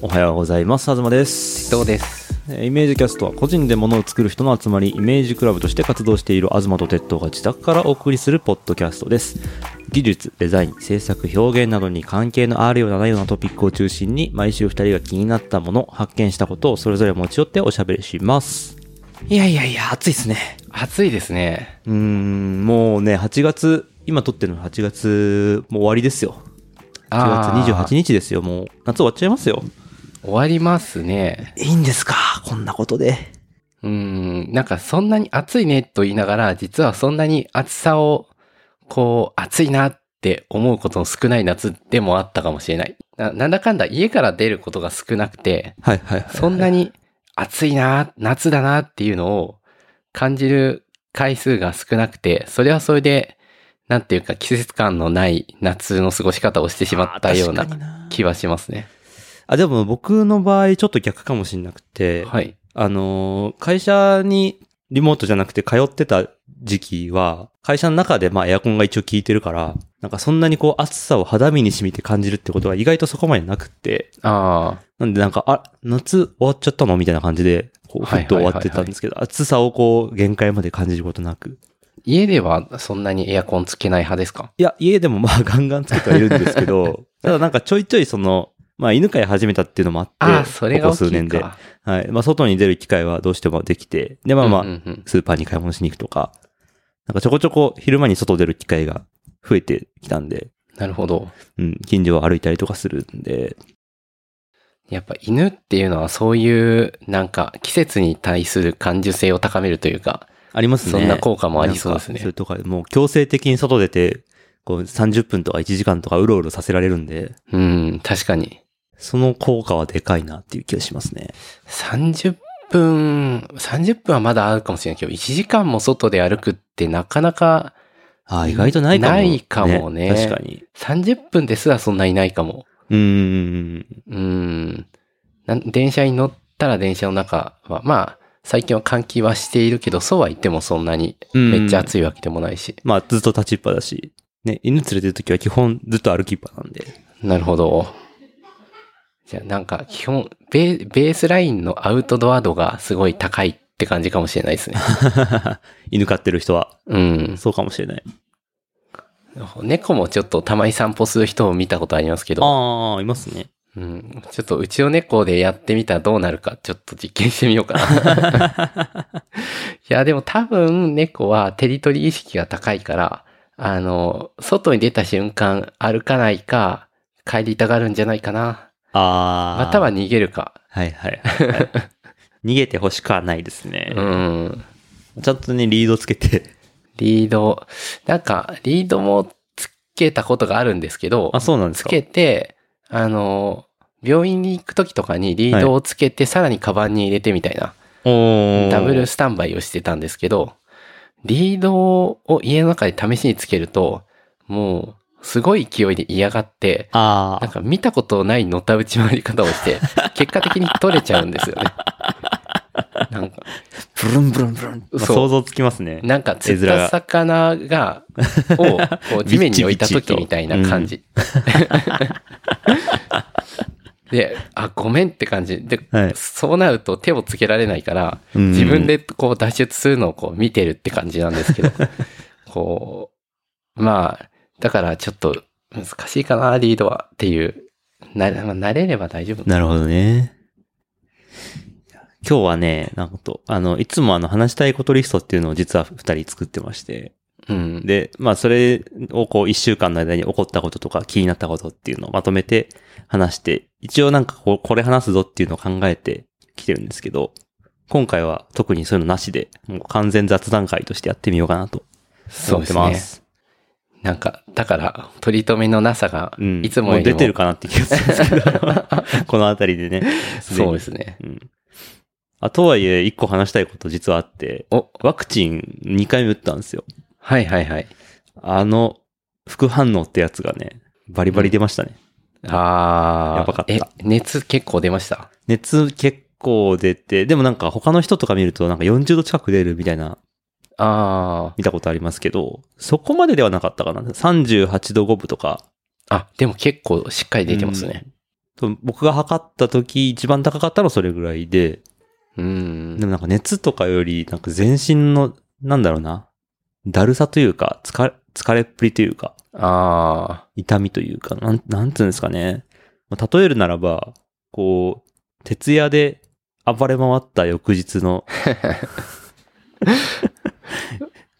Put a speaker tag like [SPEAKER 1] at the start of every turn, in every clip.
[SPEAKER 1] おはようございます東です
[SPEAKER 2] どうです
[SPEAKER 1] えーイメージキャストは個人で物を作る人の集まりイメージクラブとして活動している東と鉄道が自宅からお送りするポッドキャストです技術デザイン制作表現などに関係のあるようなないようなトピックを中心に毎週2人が気になったもの発見したことをそれぞれ持ち寄っておしゃべりしますいやいやいや暑いですね
[SPEAKER 2] 暑いですね
[SPEAKER 1] うーんもうね8月今撮ってるの8月もう終わりですよ8月28
[SPEAKER 2] 日
[SPEAKER 1] 日ですよもう夏終わっちゃいますよ
[SPEAKER 2] 終わりますね
[SPEAKER 1] いいんですかこんなことで
[SPEAKER 2] うんなんかそんなに暑いねと言いながら実はそんなに暑さをこう暑いなって思うことの少ない夏でもあったかもしれないななんだかんだ家から出ることが少なくて
[SPEAKER 1] はいはいはい
[SPEAKER 2] そんなに暑いな夏だなっていうのを感じる回数が少なくてそれはそれでなんていうか季節感のない夏の過ごし方をしてしまったよう
[SPEAKER 1] あー
[SPEAKER 2] な
[SPEAKER 1] 確かにな
[SPEAKER 2] 気はしますね。
[SPEAKER 1] あ、でも僕の場合ちょっと逆かもしれなくて、
[SPEAKER 2] はい。
[SPEAKER 1] あのー、会社にリモートじゃなくて通ってた時期は、会社の中でまあエアコンが一応効いてるから、なんかそんなにこう暑さを肌身に染みて感じるってことは意外とそこまでなくって、
[SPEAKER 2] ああ、
[SPEAKER 1] なんでなんか、あ、夏終わっちゃったのみたいな感じで、こう、ふっと終わってたんですけど、暑さをこう、限界まで感じることなく。
[SPEAKER 2] 家ではそんなにエアコンつけない派ですか
[SPEAKER 1] いや、家でもまあガ ンガンつけてはいるんですけど、ただなんかちょいちょいその、まあ犬飼い始めたっていうのもあって、
[SPEAKER 2] ああ、それが
[SPEAKER 1] ここ
[SPEAKER 2] 大
[SPEAKER 1] 数
[SPEAKER 2] き
[SPEAKER 1] 年
[SPEAKER 2] い
[SPEAKER 1] で。
[SPEAKER 2] か。
[SPEAKER 1] はい。まあ、外に出る機会はどうしてもできて、で、まあまあ、
[SPEAKER 2] うんうんうん
[SPEAKER 1] スーパーに買い物しに行くとか、なんかちょこちょこ昼間に外出る機会が増えてきたんで、
[SPEAKER 2] なるほど。
[SPEAKER 1] うん、近所を歩いたりとかするんで、
[SPEAKER 2] やっぱ犬っていうのはそういうなんか季節に対する感受性を高めるというか、
[SPEAKER 1] ありますね。
[SPEAKER 2] そんな効果もありそうです
[SPEAKER 1] なんか
[SPEAKER 2] ね
[SPEAKER 1] それ。とか、もう強制的に外出て、こう30分とか1時間とかうろうろさせられるんで、
[SPEAKER 2] うん、確かに。
[SPEAKER 1] その効果はでかいなっていう気がしますね。
[SPEAKER 2] 30分、30分はまだあるかもしれないけど、1時間も外で歩くってなかなか
[SPEAKER 1] ああ、意外とないかも、
[SPEAKER 2] ないかもね
[SPEAKER 1] 確かに。
[SPEAKER 2] 30分ですらそんないないかも。
[SPEAKER 1] うーん。
[SPEAKER 2] うん。なん電車に乗ったら電車の中は、まあ、最近は換気はしているけど、そうは言ってもそんなに
[SPEAKER 1] うん
[SPEAKER 2] めっちゃ暑いわけでもないし。
[SPEAKER 1] まあ、ずっと立ちっぱだし、ね、犬連れてるときは基本ずっと歩きっぱなんで。
[SPEAKER 2] なるほど。じゃあなんか基本ベー、ベースラインのアウトドア度がすごい高いって感じかもしれないですね。
[SPEAKER 1] 犬飼ってる人は、
[SPEAKER 2] うん。
[SPEAKER 1] そうかもしれない。
[SPEAKER 2] 猫もちょっとたまに散歩する人を見たことありますけど、
[SPEAKER 1] ああ、いますね。
[SPEAKER 2] うん、ちょっとうちの猫でやってみたらどうなるかちょっと実験してみようかな。い や、でも多分猫はテリトリー意識が高いから、あの、外に出た瞬間歩かないか帰りたがるんじゃないかな。
[SPEAKER 1] ああ。
[SPEAKER 2] または逃げるか。
[SPEAKER 1] はいはいはいはい、逃げてほしくはないですね
[SPEAKER 2] う。ん。
[SPEAKER 1] ちゃんとね、リードつけて。
[SPEAKER 2] リード、なんか、リードもつけたことがあるんですけど、
[SPEAKER 1] あ、そうなんです
[SPEAKER 2] つ
[SPEAKER 1] か。
[SPEAKER 2] けて、あの、病院に行く時とかにリードをつけて、さらにカバンに入れてみたいな、
[SPEAKER 1] おー
[SPEAKER 2] ダブルスタンバイをしてたんですけど、リードを家の中で試しにつけると、もう、すごい勢いで嫌がって、
[SPEAKER 1] あ
[SPEAKER 2] なんか見たことないのた打ち回り方を して、結果的に取れちゃうんですよね。なんか、
[SPEAKER 1] あ。ブルンブルンブルン。まあ
[SPEAKER 2] そう
[SPEAKER 1] 想像つきますね。
[SPEAKER 2] なんか釣っ
[SPEAKER 1] 絵面が
[SPEAKER 2] た魚が、をこ う地面に置いた
[SPEAKER 1] ビチビチ
[SPEAKER 2] 時
[SPEAKER 1] と
[SPEAKER 2] みたいな感じ。で、あ、ごめん って感じ。で、
[SPEAKER 1] はい
[SPEAKER 2] そうなると手をつけられないから、
[SPEAKER 1] うん
[SPEAKER 2] 自分でこう脱出するのをこう見てるって感じなんで すけど、こう、まあ、だからちょっと難しいかな、リードはっていう。な、まあ慣れれば大丈夫。
[SPEAKER 1] なるほどね。今日はね、なんと、あの、いつもあの、話したいことリストっていうのを実は二人作ってまして。
[SPEAKER 2] うん。
[SPEAKER 1] で、まあ、それをこう、一週間の間に起こったこととか気になったことっていうのをまとめて話して、一応なんかこう、これ話すぞっていうのを考えてきてるんですけど、今回は特にそういうのなしで、もう完全雑談会としてやってみようかなと
[SPEAKER 2] そう
[SPEAKER 1] 思っ
[SPEAKER 2] で
[SPEAKER 1] て
[SPEAKER 2] す
[SPEAKER 1] ま
[SPEAKER 2] ね。
[SPEAKER 1] す。
[SPEAKER 2] なんか、だから、取り留めのな さが、
[SPEAKER 1] うん。
[SPEAKER 2] いつもよ
[SPEAKER 1] う
[SPEAKER 2] り
[SPEAKER 1] 出
[SPEAKER 2] も
[SPEAKER 1] てるかなって気がするんですけど、 このあたりでね。でに
[SPEAKER 2] そうですね。
[SPEAKER 1] うん。あとはいえ、一個話したいこと実はあって、
[SPEAKER 2] お、
[SPEAKER 1] ワクチン2回目打ったんですよ。
[SPEAKER 2] はいはいはい。
[SPEAKER 1] あの、副反応ってやつがね、バリバリ出ましたね。
[SPEAKER 2] ああ。
[SPEAKER 1] やばかった
[SPEAKER 2] え、熱結構出ました。
[SPEAKER 1] 熱結構出て、でもなんか他の人とか見るとなんか40度近く出るみたいな、
[SPEAKER 2] あ
[SPEAKER 1] 見たことありますけど、そこまでではなかったかな。38度5分とか。
[SPEAKER 2] あ。あ、でも結構しっかり出てますね。
[SPEAKER 1] うん。多分僕が測った時、一番高かったのそれぐらいで、
[SPEAKER 2] うん
[SPEAKER 1] で。もなんか熱とかより、なんか全身の、なんだろうな、だるさというか、疲れ、疲れっぷりというか、
[SPEAKER 2] あ
[SPEAKER 1] 痛みというか、なん、なんつうんですかね。まあ例えるならば、こう、徹夜で暴れ回った翌日 の、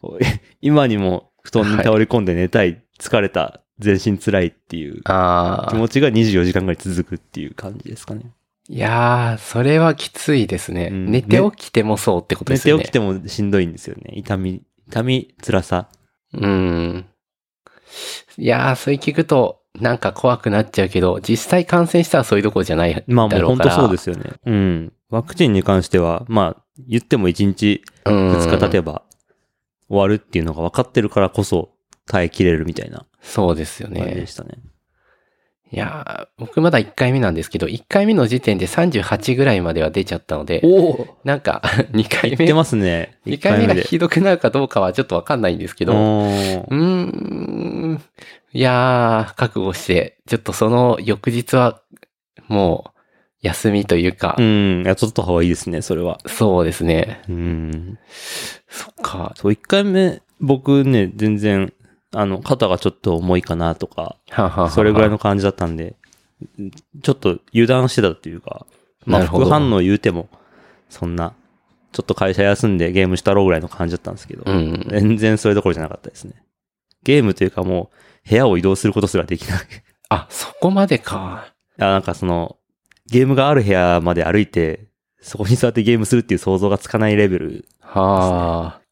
[SPEAKER 1] こう今にも布団に倒れ込んで寝たい、疲れた、全身辛いっていう
[SPEAKER 2] あ。あ
[SPEAKER 1] 気
[SPEAKER 2] あ。
[SPEAKER 1] 持ちが24時間ぐらい続くっていう感じですかね。
[SPEAKER 2] いやー、それはきついですね。
[SPEAKER 1] うん
[SPEAKER 2] 寝て起きてもそうってことで
[SPEAKER 1] 寝
[SPEAKER 2] す
[SPEAKER 1] て
[SPEAKER 2] よね。
[SPEAKER 1] 起きてもしんどいんですよね。痛み、痛み、辛さ。
[SPEAKER 2] うん。いやー、それ聞くと、なんか怖くなっちゃうけど、実際感染したらそういうところじゃないだろうから。。
[SPEAKER 1] まあもう本当そうですすよね。うん。ワクチンに関しては、まあ言っても1日
[SPEAKER 2] うん。
[SPEAKER 1] 2日経てば終わるっていうのが分かってるからこそ耐えきれるみたいな
[SPEAKER 2] そうですよ
[SPEAKER 1] 感じで
[SPEAKER 2] ね。
[SPEAKER 1] したね。
[SPEAKER 2] いやー、僕まだ1回目なんですけど、1回目の時点で38ぐらいまでは出ちゃったので、
[SPEAKER 1] おお
[SPEAKER 2] なんか、2回
[SPEAKER 1] 出
[SPEAKER 2] 目、
[SPEAKER 1] ますね。
[SPEAKER 2] 2回目が
[SPEAKER 1] で。
[SPEAKER 2] ひどくなるかどうかはちょっとわかんないんですけど、
[SPEAKER 1] お
[SPEAKER 2] うーん。いやー、覚悟して、ちょっとその翌日は、もう、休みというか、
[SPEAKER 1] ーうん。やっとった方がいいですね、それは。
[SPEAKER 2] そうですね。
[SPEAKER 1] うん。
[SPEAKER 2] そっか。
[SPEAKER 1] そう、1回目、僕ね、全然、あの、肩がちょっと重いかなとか、
[SPEAKER 2] はあはあはあ
[SPEAKER 1] それぐらいの感じだったんで、ちょっと油断してたっていうか、ま
[SPEAKER 2] な
[SPEAKER 1] あ、
[SPEAKER 2] るほど
[SPEAKER 1] 副反応言うても、そんな、ちょっと会社休んでゲームしたろうぐらいの感じだったんですけど、
[SPEAKER 2] うん。
[SPEAKER 1] 全然それどころじゃなかったですね。ゲームというかもう、部屋を移動することすらできない。
[SPEAKER 2] あ、そこまでか。
[SPEAKER 1] あなんかその、ゲームがある部屋まで歩いて、そこに座ってゲームするっていう想像がつかないレベル。
[SPEAKER 2] はあ。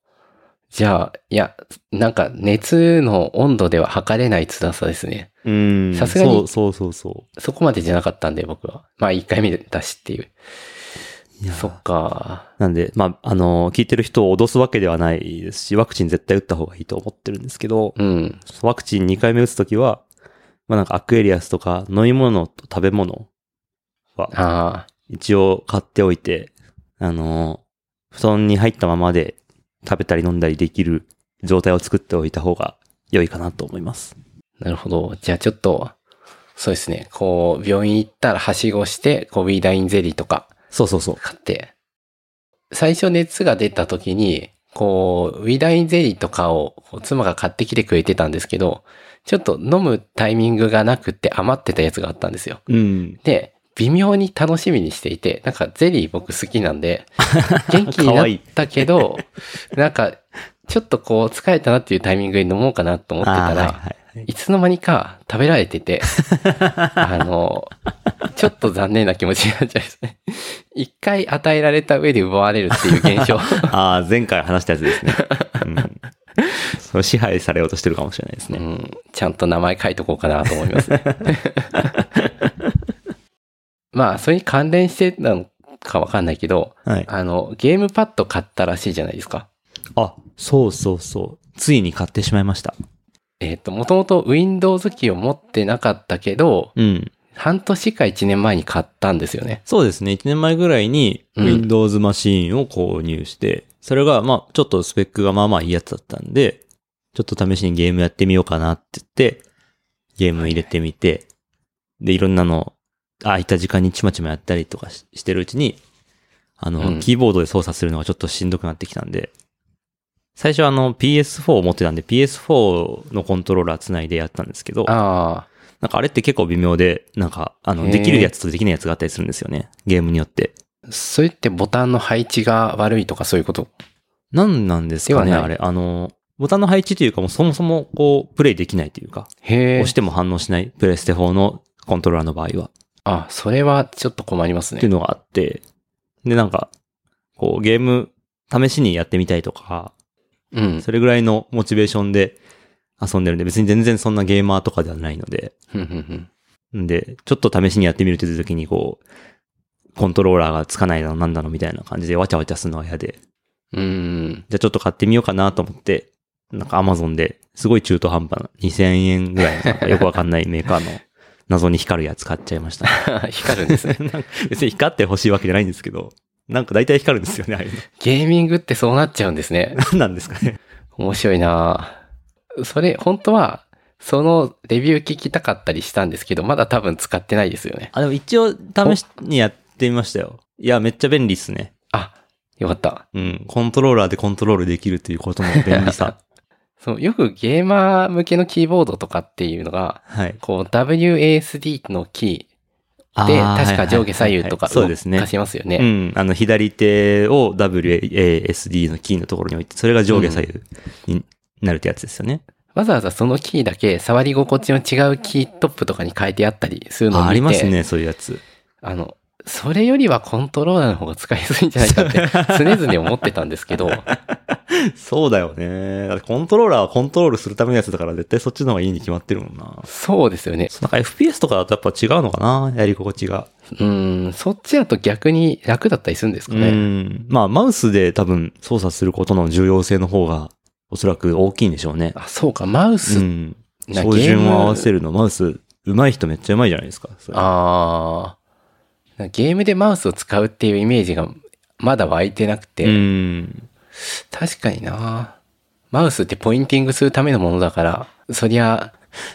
[SPEAKER 2] じゃあ、いや、なんか、熱の温度では測れない辛さですね。
[SPEAKER 1] うん。
[SPEAKER 2] さすがに
[SPEAKER 1] そうそうそうそ
[SPEAKER 2] そこまでじゃなかったんで、僕は。まあ、1回目だしっていう。
[SPEAKER 1] う。いや
[SPEAKER 2] そっか。
[SPEAKER 1] なんで、まあ、あの、聞いてる人を脅すわけではないですし、ワクチン絶対打った方がいいと思ってるんですけど、
[SPEAKER 2] うん。
[SPEAKER 1] ワクチン2回目打つときは、まあ、なんかアクエリアスとか飲み物と食べ物は
[SPEAKER 2] ああ。
[SPEAKER 1] 一応買っておいて、あの、布団に入ったままで食べたり飲んだりできる状態を作っておいた方が良いかなと思います。
[SPEAKER 2] なるほど。じゃあちょっと、そうですね。こう、病院行ったらはしごして、こう、ウィーダインゼリーとか
[SPEAKER 1] そうそうそう。
[SPEAKER 2] 買って、最初熱が出た時に、こう、ウィーダインゼリーとかをこう妻が買ってきてくれてたんですけど、ちょっと飲むタイミングがなくって余ってたやつがあったんですよ。
[SPEAKER 1] うん。
[SPEAKER 2] で、微妙に楽しみにしていて、なんかゼリー僕好きなん で、元気に
[SPEAKER 1] か
[SPEAKER 2] な
[SPEAKER 1] わ
[SPEAKER 2] っ
[SPEAKER 1] いい
[SPEAKER 2] たけど、なんか、ちょっとこう疲れたなっていうタイミングで飲もうかなと思って
[SPEAKER 1] あ
[SPEAKER 2] た
[SPEAKER 1] あー、
[SPEAKER 2] ら、
[SPEAKER 1] はいはい。
[SPEAKER 2] いつの間にか食べられてて、あの、ちょっと残念な気持ちになっちゃうんですね。一回与えられた上で奪われるっていう現象。
[SPEAKER 1] ああ、前回話したやつ ですね。うん。その支配されようとしてるかもしれないです
[SPEAKER 2] う
[SPEAKER 1] ね。
[SPEAKER 2] ん、ちゃんと名前書いとこうかなと思いますね。まあ、それに関連してなのかわかんないけど、
[SPEAKER 1] はい。
[SPEAKER 2] あの、ゲームパッド買ったらしいじゃないですか。
[SPEAKER 1] あ、そうそうそう。ついに買ってしまいました。
[SPEAKER 2] えっ、と、もともと Windows 機を持ってなかったけど、
[SPEAKER 1] うん。
[SPEAKER 2] 半年か1年前に買ったんですよね。
[SPEAKER 1] そうですね。1年前ぐらいに
[SPEAKER 2] うん
[SPEAKER 1] Windows マシーンを購入して、それが、まあ、ちょっとスペックがまあまあいいやつだったんで、ちょっと試しにゲームやってみようかなって言って、ゲーム入れてみて、で、いろんなの、空いた時間にちまちまやったりとかししてるうちに、あの、
[SPEAKER 2] うん
[SPEAKER 1] キーボードで操作するのがちょっとしんどくなってきたんで、最初はあの PS4 を持ってたんで PS4 のコントローラーつないでやったんですけど、
[SPEAKER 2] ああ、
[SPEAKER 1] なんかあれって結構微妙で、なんか、あ
[SPEAKER 2] へ
[SPEAKER 1] の、
[SPEAKER 2] ー
[SPEAKER 1] できるやつとできないやつがあったりするんですよね。ゲームによって。
[SPEAKER 2] それってボタンの配置が悪いとかそういうこと
[SPEAKER 1] なんなんですか
[SPEAKER 2] で
[SPEAKER 1] ね、
[SPEAKER 2] はない
[SPEAKER 1] あれ。あの、ボタンの配置というか、もうそもそもこう、プレイできないというか、
[SPEAKER 2] へえ
[SPEAKER 1] 押し。ても反応しない、プレステ4のコントローラーの場合は、
[SPEAKER 2] あ、それはちょっと困ります
[SPEAKER 1] ってい
[SPEAKER 2] ね
[SPEAKER 1] う。のがあって、で、なんか、こう、ゲーム、試しにやってみたいとか、
[SPEAKER 2] うん。
[SPEAKER 1] それぐらいのモチベーションで遊んでるんで、別に全然そんなゲーマーとかではないので、
[SPEAKER 2] うんうんうん
[SPEAKER 1] んで、ちょっと試しにやってみるって時に、こう、コントローラーがつかないだのなんだのみたいな感じでわちゃわちゃするのは嫌で、
[SPEAKER 2] うん。
[SPEAKER 1] じゃあちょっと買ってみようかなと思って、なんか Amazon ですごい中途半端な2000円ぐらいのなんかよくわかんないメーカーの謎に光るやつ買っちゃいました。
[SPEAKER 2] 光るんで すね。
[SPEAKER 1] なんか別に光ってほしいわけじゃないんですけど、なんか大体光るんですよね、あれね。
[SPEAKER 2] ゲーミングってそうなっちゃうんですね。
[SPEAKER 1] 何なんですかね。
[SPEAKER 2] 面白いなぁそれ、本当は、そのレビュー聞きたかったりしたんですけど、まだ多分使ってないですよね。
[SPEAKER 1] あ、でも一応試しにやってみましたよ。いや、めっちゃ便利っすね。
[SPEAKER 2] あ、よかった。
[SPEAKER 1] うん。コントローラーでコントロールできるということの便利 さ。
[SPEAKER 2] そう、よくゲーマー向けのキーボードとかっていうのが、
[SPEAKER 1] はい。
[SPEAKER 2] こう WASD のキ
[SPEAKER 1] あ
[SPEAKER 2] ー
[SPEAKER 1] ー
[SPEAKER 2] で、確か上下左右とか
[SPEAKER 1] はいはいはいそう
[SPEAKER 2] 動
[SPEAKER 1] ですね
[SPEAKER 2] か。しますよ
[SPEAKER 1] う
[SPEAKER 2] ね。
[SPEAKER 1] ん。あの、左手を WASD のキーのところに置いて、それが上下左右になるってやつですよね。
[SPEAKER 2] わざわざそのキーだけ触り心地の違うキートップとかに変えてあったりするのを見
[SPEAKER 1] あ、
[SPEAKER 2] て
[SPEAKER 1] ありますね、そういうやつ。
[SPEAKER 2] あの、それよりはコントローラーの方が使いやすいんじゃないかって常々思ってたんですけど、
[SPEAKER 1] そうだよね。だってコントローラーはコントロールするためのやつだから絶対そっちの方がいいに決まってるもんな。
[SPEAKER 2] そうですよね。
[SPEAKER 1] なんか FPS とかだとやっぱ違うのかなやり心地が。
[SPEAKER 2] うん、そっちだと逆に楽だったりするんですか
[SPEAKER 1] う
[SPEAKER 2] ね。
[SPEAKER 1] ん。まあ、マウスで多分操作することの重要性の方がおそらく大きいんでしょうね。
[SPEAKER 2] あ、そうか、マウス、
[SPEAKER 1] うん。
[SPEAKER 2] な
[SPEAKER 1] 照準を合わ
[SPEAKER 2] ゲー
[SPEAKER 1] せるの、マウス、上手い人めっちゃ上手いじゃないですか。それ
[SPEAKER 2] ムああ。ゲームでマウスを使うっていうイメージがまだ湧いてなくて、
[SPEAKER 1] うん。
[SPEAKER 2] 確かになマウスってポインティングするためのものだから、そりゃ、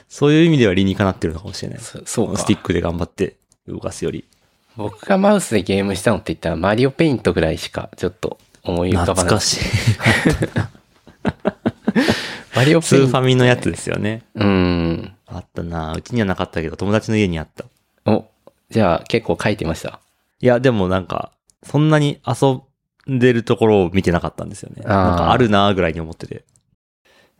[SPEAKER 1] そういう意味では理にかなってるのかもしれない。
[SPEAKER 2] そそうか
[SPEAKER 1] スティックで頑張って動かすより。
[SPEAKER 2] 僕がマウスでゲームしたのって言ったらマリオペイントぐらいしかちょっと思い浮かば
[SPEAKER 1] 懐
[SPEAKER 2] ない。
[SPEAKER 1] かしい。
[SPEAKER 2] マリ オ
[SPEAKER 1] ス
[SPEAKER 2] ペ
[SPEAKER 1] ー
[SPEAKER 2] イン
[SPEAKER 1] ファ
[SPEAKER 2] ト。
[SPEAKER 1] ミのやつですよね。
[SPEAKER 2] うん。
[SPEAKER 1] あったなうちにはなかったけど、友達の家にあった。
[SPEAKER 2] お、じゃあ結構書いてました。
[SPEAKER 1] いや、でもなんか、そんなに遊んでるところを見てなかったんですよね。
[SPEAKER 2] あー
[SPEAKER 1] なんかあるなぐらいに思ってて。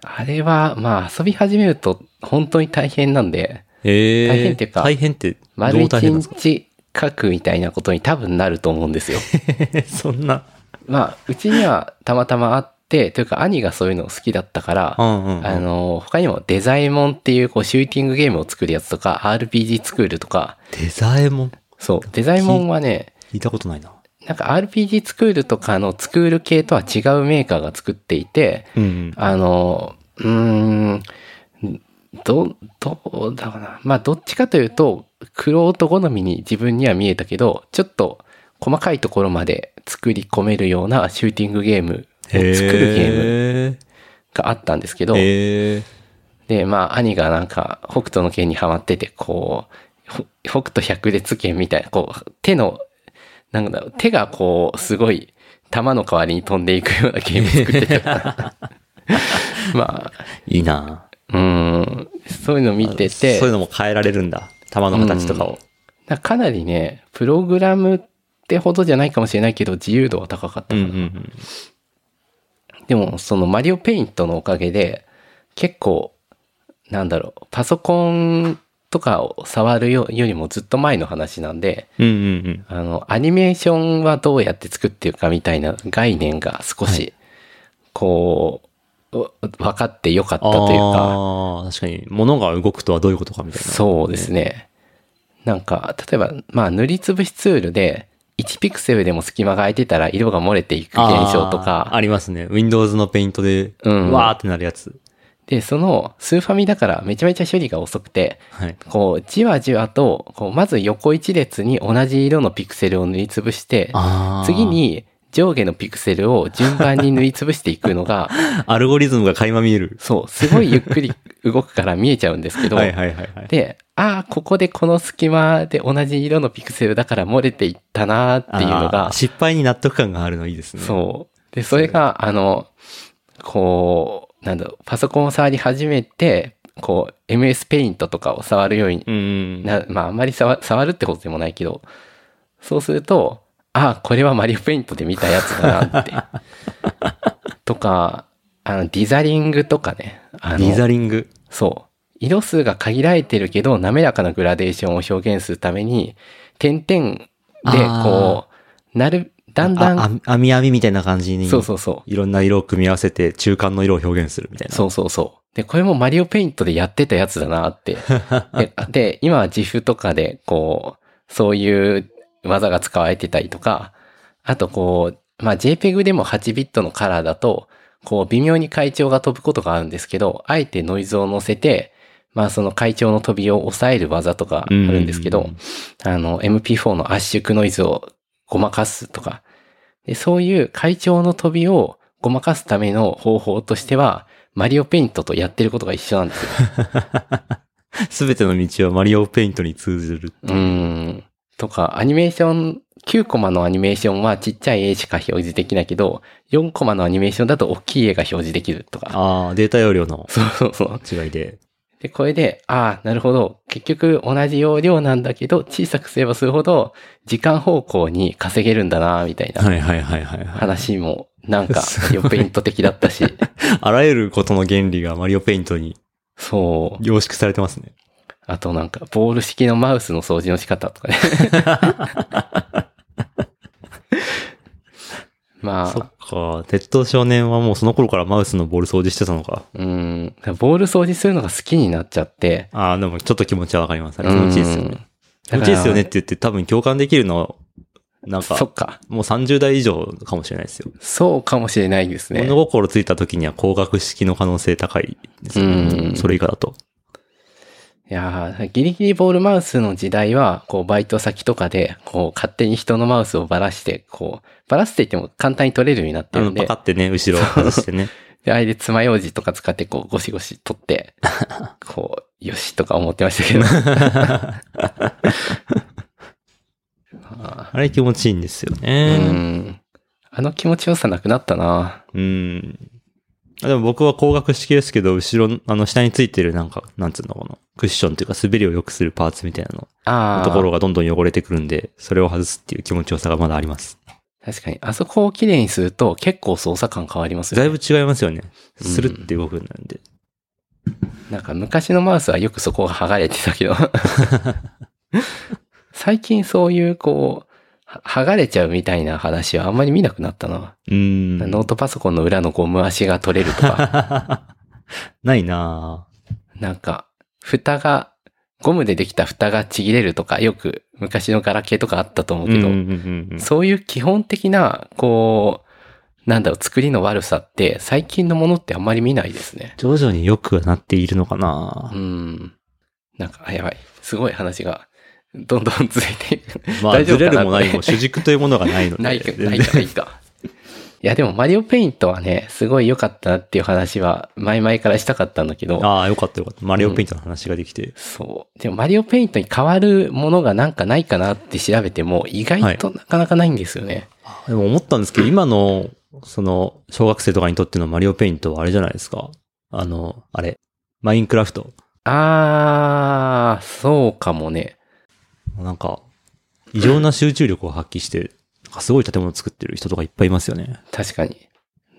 [SPEAKER 2] あれは、まあ遊び始めると本当に大変なんで、
[SPEAKER 1] え
[SPEAKER 2] 大変っていうか
[SPEAKER 1] 大変って、ど
[SPEAKER 2] 丸
[SPEAKER 1] う
[SPEAKER 2] 一
[SPEAKER 1] 大変なんですか
[SPEAKER 2] 日書くみたいなことに多分なると思うんで すよ。
[SPEAKER 1] そんな。
[SPEAKER 2] まあ、うちにはたまたまあって、というか兄がそういうの好きだったから、
[SPEAKER 1] うんうんうん。
[SPEAKER 2] あの、他にもデザイモンっていうこうシューティングゲームを作るやつとか、RPG 作るとか、
[SPEAKER 1] デザイも
[SPEAKER 2] そう、デザイモンはね、
[SPEAKER 1] 聞いたことないな。
[SPEAKER 2] なんか RPG スクールとかのスクール系とは違うメーカーが作っていて、
[SPEAKER 1] うんうん。
[SPEAKER 2] あの、うーん、ど、どうだろうな。まあ、どっちかというと、クロート好みに自分には見えたけど、ちょっと細かいところまで作り込めるようなシューティングゲームを作るゲーム
[SPEAKER 1] ム
[SPEAKER 2] があったんですけど、
[SPEAKER 1] へえ。
[SPEAKER 2] で、まあ、兄がなんか、北斗の剣にハマってて、こう、ほ北斗百列剣みたいな、こう、手の、なんだろう、手がこう、すごい、弾の代わりに飛んでいくようなゲーム作 ってた。まあ、
[SPEAKER 1] いいな
[SPEAKER 2] うーん、そういうの見てて
[SPEAKER 1] そうい、うのも変えられるんだ。玉の形とかを。
[SPEAKER 2] なかなりね、プログラムってほどじゃないかもしれないけど、自由度は高かった
[SPEAKER 1] う
[SPEAKER 2] か
[SPEAKER 1] んう
[SPEAKER 2] な。
[SPEAKER 1] ん
[SPEAKER 2] でも、そのマリオペイントのおかげで、結構、なんだろう、パソコンとかを触るよよりもずっと前の話なんで、
[SPEAKER 1] うん。うんうんうん。
[SPEAKER 2] あの、アニメーションはどうやって作ってるかみたいな概念が少し、こう、わ分かってよかったというか、
[SPEAKER 1] ああ、確かに。物が動くとはどういうことかみたいな。
[SPEAKER 2] そうですね。なんか、例えば、まあ、塗りつぶしツールで、1ピクセルでも隙間が空いてたら色が漏れていく現象と
[SPEAKER 1] あーあ
[SPEAKER 2] か、
[SPEAKER 1] りますね。Windows のペイントで、
[SPEAKER 2] うん
[SPEAKER 1] わーってなるやつ。
[SPEAKER 2] で、その、スーファミだからめちゃめちゃ処理が遅くて、
[SPEAKER 1] はい。
[SPEAKER 2] こう、じわじわと、こう、まず横一列に同じ色のピクセルを塗りつぶして、
[SPEAKER 1] あー
[SPEAKER 2] 次、に上下のピクセルを順番に塗りつぶしていく のが、
[SPEAKER 1] アルゴリズムが垣間見える。
[SPEAKER 2] そう、すごいゆっくり動くから見えちゃうんですけど、
[SPEAKER 1] はいはいはいはい。
[SPEAKER 2] で、ああ、ここでこの隙間で同じ色のピクセルだから漏れていったなーっていうの
[SPEAKER 1] あー
[SPEAKER 2] が、
[SPEAKER 1] 失敗に納得感があるのいいですね。
[SPEAKER 2] そう。で、それが、あの、こう、なんだろう、パソコンを触り始めて、こう、MS ペイントとかを触るように
[SPEAKER 1] う。ん。
[SPEAKER 2] な、まあ、あんまり触触るってことでもないけど、そうすると、ああ、これはマリオペイントで見たやつだ なって。とか、あの、ディザリングとかね。あの
[SPEAKER 1] リザリング。
[SPEAKER 2] そう。色数が限られてるけど、滑らかなグラデーションを表現するために、点々
[SPEAKER 1] あー
[SPEAKER 2] で、こう、なる、だんだん、
[SPEAKER 1] あ、あ網網みたいな感じに。
[SPEAKER 2] そうそうそう。
[SPEAKER 1] いろんな色を組み合わせて中間の色を表現するみたいな。
[SPEAKER 2] そうそうそう。で、これもマリオペイントでやってたやつだ なって。で、で今は GIF とかで、こう、そういう技が使われてたりとか、あとこう、まあ、JPEG でも8ビットのカラーだと、こう、微妙に階調が飛ぶことがあるんですけど、あえてノイズを乗せて、まあ、その階調の飛びを抑える技とかあるんですけ
[SPEAKER 1] うんう
[SPEAKER 2] ど
[SPEAKER 1] ん、
[SPEAKER 2] あの、MP4 の圧縮ノイズをごまかすとか、でそういう階調の飛びをごまかすための方法としては、マリオペイントとやってることが一緒なんですよ。
[SPEAKER 1] すべての道はマリオペイントに通ずる。
[SPEAKER 2] うーん。とか、アニメーション、9コマのアニメーションはちっちゃい絵しか表示できないけど、4コマのアニメーションだと大きい絵が表示できるとか。
[SPEAKER 1] ああ、データ容量の
[SPEAKER 2] そうそうそう。
[SPEAKER 1] 違いで。
[SPEAKER 2] で、これで、ああ、なるほど。結局同じ容量なんだけど、小さくすればするほど、時間方向に稼げるんだな、みたいな
[SPEAKER 1] はいはいはいはい、はい。
[SPEAKER 2] 話も、なんか、
[SPEAKER 1] す
[SPEAKER 2] ヨペイント的だった し、
[SPEAKER 1] あらゆることの原理がマリオペイントに
[SPEAKER 2] そう。
[SPEAKER 1] 凝縮されてますね。
[SPEAKER 2] あとなんか、ボール式のマウスの掃除の仕方とか ね。ま
[SPEAKER 1] そ
[SPEAKER 2] あ
[SPEAKER 1] っ、か。鉄道少年はもうその頃からマウスのボール掃除してたのか。
[SPEAKER 2] うん、ボール掃除するのが好きになっちゃって。
[SPEAKER 1] ああ、でもちょっと気持ちはわかります。あれ気持ちいいですよね。気
[SPEAKER 2] うん。
[SPEAKER 1] 持ちいいですよねって言って多分共感できるの、なん
[SPEAKER 2] だからそ
[SPEAKER 1] か、
[SPEAKER 2] っか。
[SPEAKER 1] もう30代以上かもしれないですよ。
[SPEAKER 2] そうかもしれないですね
[SPEAKER 1] 物。心ついた時には光学式の可能性高いですよね
[SPEAKER 2] うん
[SPEAKER 1] それ以下だと。
[SPEAKER 2] いやーギリギリボールマウスの時代は、こう、バイト先とかで、こう、勝手に人のマウスをばらして、こう、ばらすって言っても簡単に取れるようになって
[SPEAKER 1] あの、
[SPEAKER 2] るん
[SPEAKER 1] パ
[SPEAKER 2] で
[SPEAKER 1] カ、ってね、後ろ外して ね。
[SPEAKER 2] で、あれで爪楊枝とか使って、こう、ゴシゴシ 取って、こう、よしとか思ってましたけど。あ
[SPEAKER 1] あれ気持ちいいんですよ
[SPEAKER 2] ーう
[SPEAKER 1] ね。
[SPEAKER 2] ん。あの気持ちよさなくなったな
[SPEAKER 1] うん。あでも僕は光学式ですけど、後ろ、あの、下についてるなんか、なんつうのかな。クッションというか滑りを良くするパーツみたいなの
[SPEAKER 2] ああ。
[SPEAKER 1] ところがどんどん汚れてくるんで、それを外すっていう気持ちよさがまだあります。
[SPEAKER 2] 確かに、あそこを綺麗にすると結構操作感変わりますよ
[SPEAKER 1] だい
[SPEAKER 2] ね。
[SPEAKER 1] ぶ違いますよね。
[SPEAKER 2] うん
[SPEAKER 1] スルって動くようになるんで。
[SPEAKER 2] なんか昔のマウスはよくそこが剥がれてたけ ど。最近そういうこう、は剥がれちゃうみたいな話はあんまり見なくなったな。
[SPEAKER 1] うん。
[SPEAKER 2] ノートパソコンの裏のゴム足が取れるとか、
[SPEAKER 1] ないなぁ
[SPEAKER 2] なんか、蓋が、ゴムでできた蓋がちぎれるとか、よく昔のガラケーとかあったと思うけど、
[SPEAKER 1] うんうんうん
[SPEAKER 2] そういう基本的な、こう、なんだろう、作りの悪さって最近のものってあんまり見ないですね。
[SPEAKER 1] 徐々に良くはなっているのかな
[SPEAKER 2] う
[SPEAKER 1] ぁ
[SPEAKER 2] ん。なんか、あやばい。すごい話が、どんどん続いて いく。
[SPEAKER 1] まあ、
[SPEAKER 2] 大丈
[SPEAKER 1] ず
[SPEAKER 2] 夫か
[SPEAKER 1] れ
[SPEAKER 2] な
[SPEAKER 1] るも何も主軸というものがないので。
[SPEAKER 2] ないか、ないか、ないか。いや、でも、マリオペイントはね、すごい良かったなっていう話は、前々からしたかったんだけど、
[SPEAKER 1] ああ、よかったよかった。マリオペイントの話ができて。
[SPEAKER 2] そう。でも、マリオペイントに変わるものがなんかないかなって調べても、意外となかなかないんですよね。
[SPEAKER 1] でも思ったんですけど、今の、その、小学生とかにとってのマリオペイントはあれじゃないですか。あの、あれ。マインクラフト。
[SPEAKER 2] あー、そうかもね。
[SPEAKER 1] なんか、異常な集中力を発揮して、なんかすごい建物作ってる人とかいっぱいいますよね。
[SPEAKER 2] 確かに。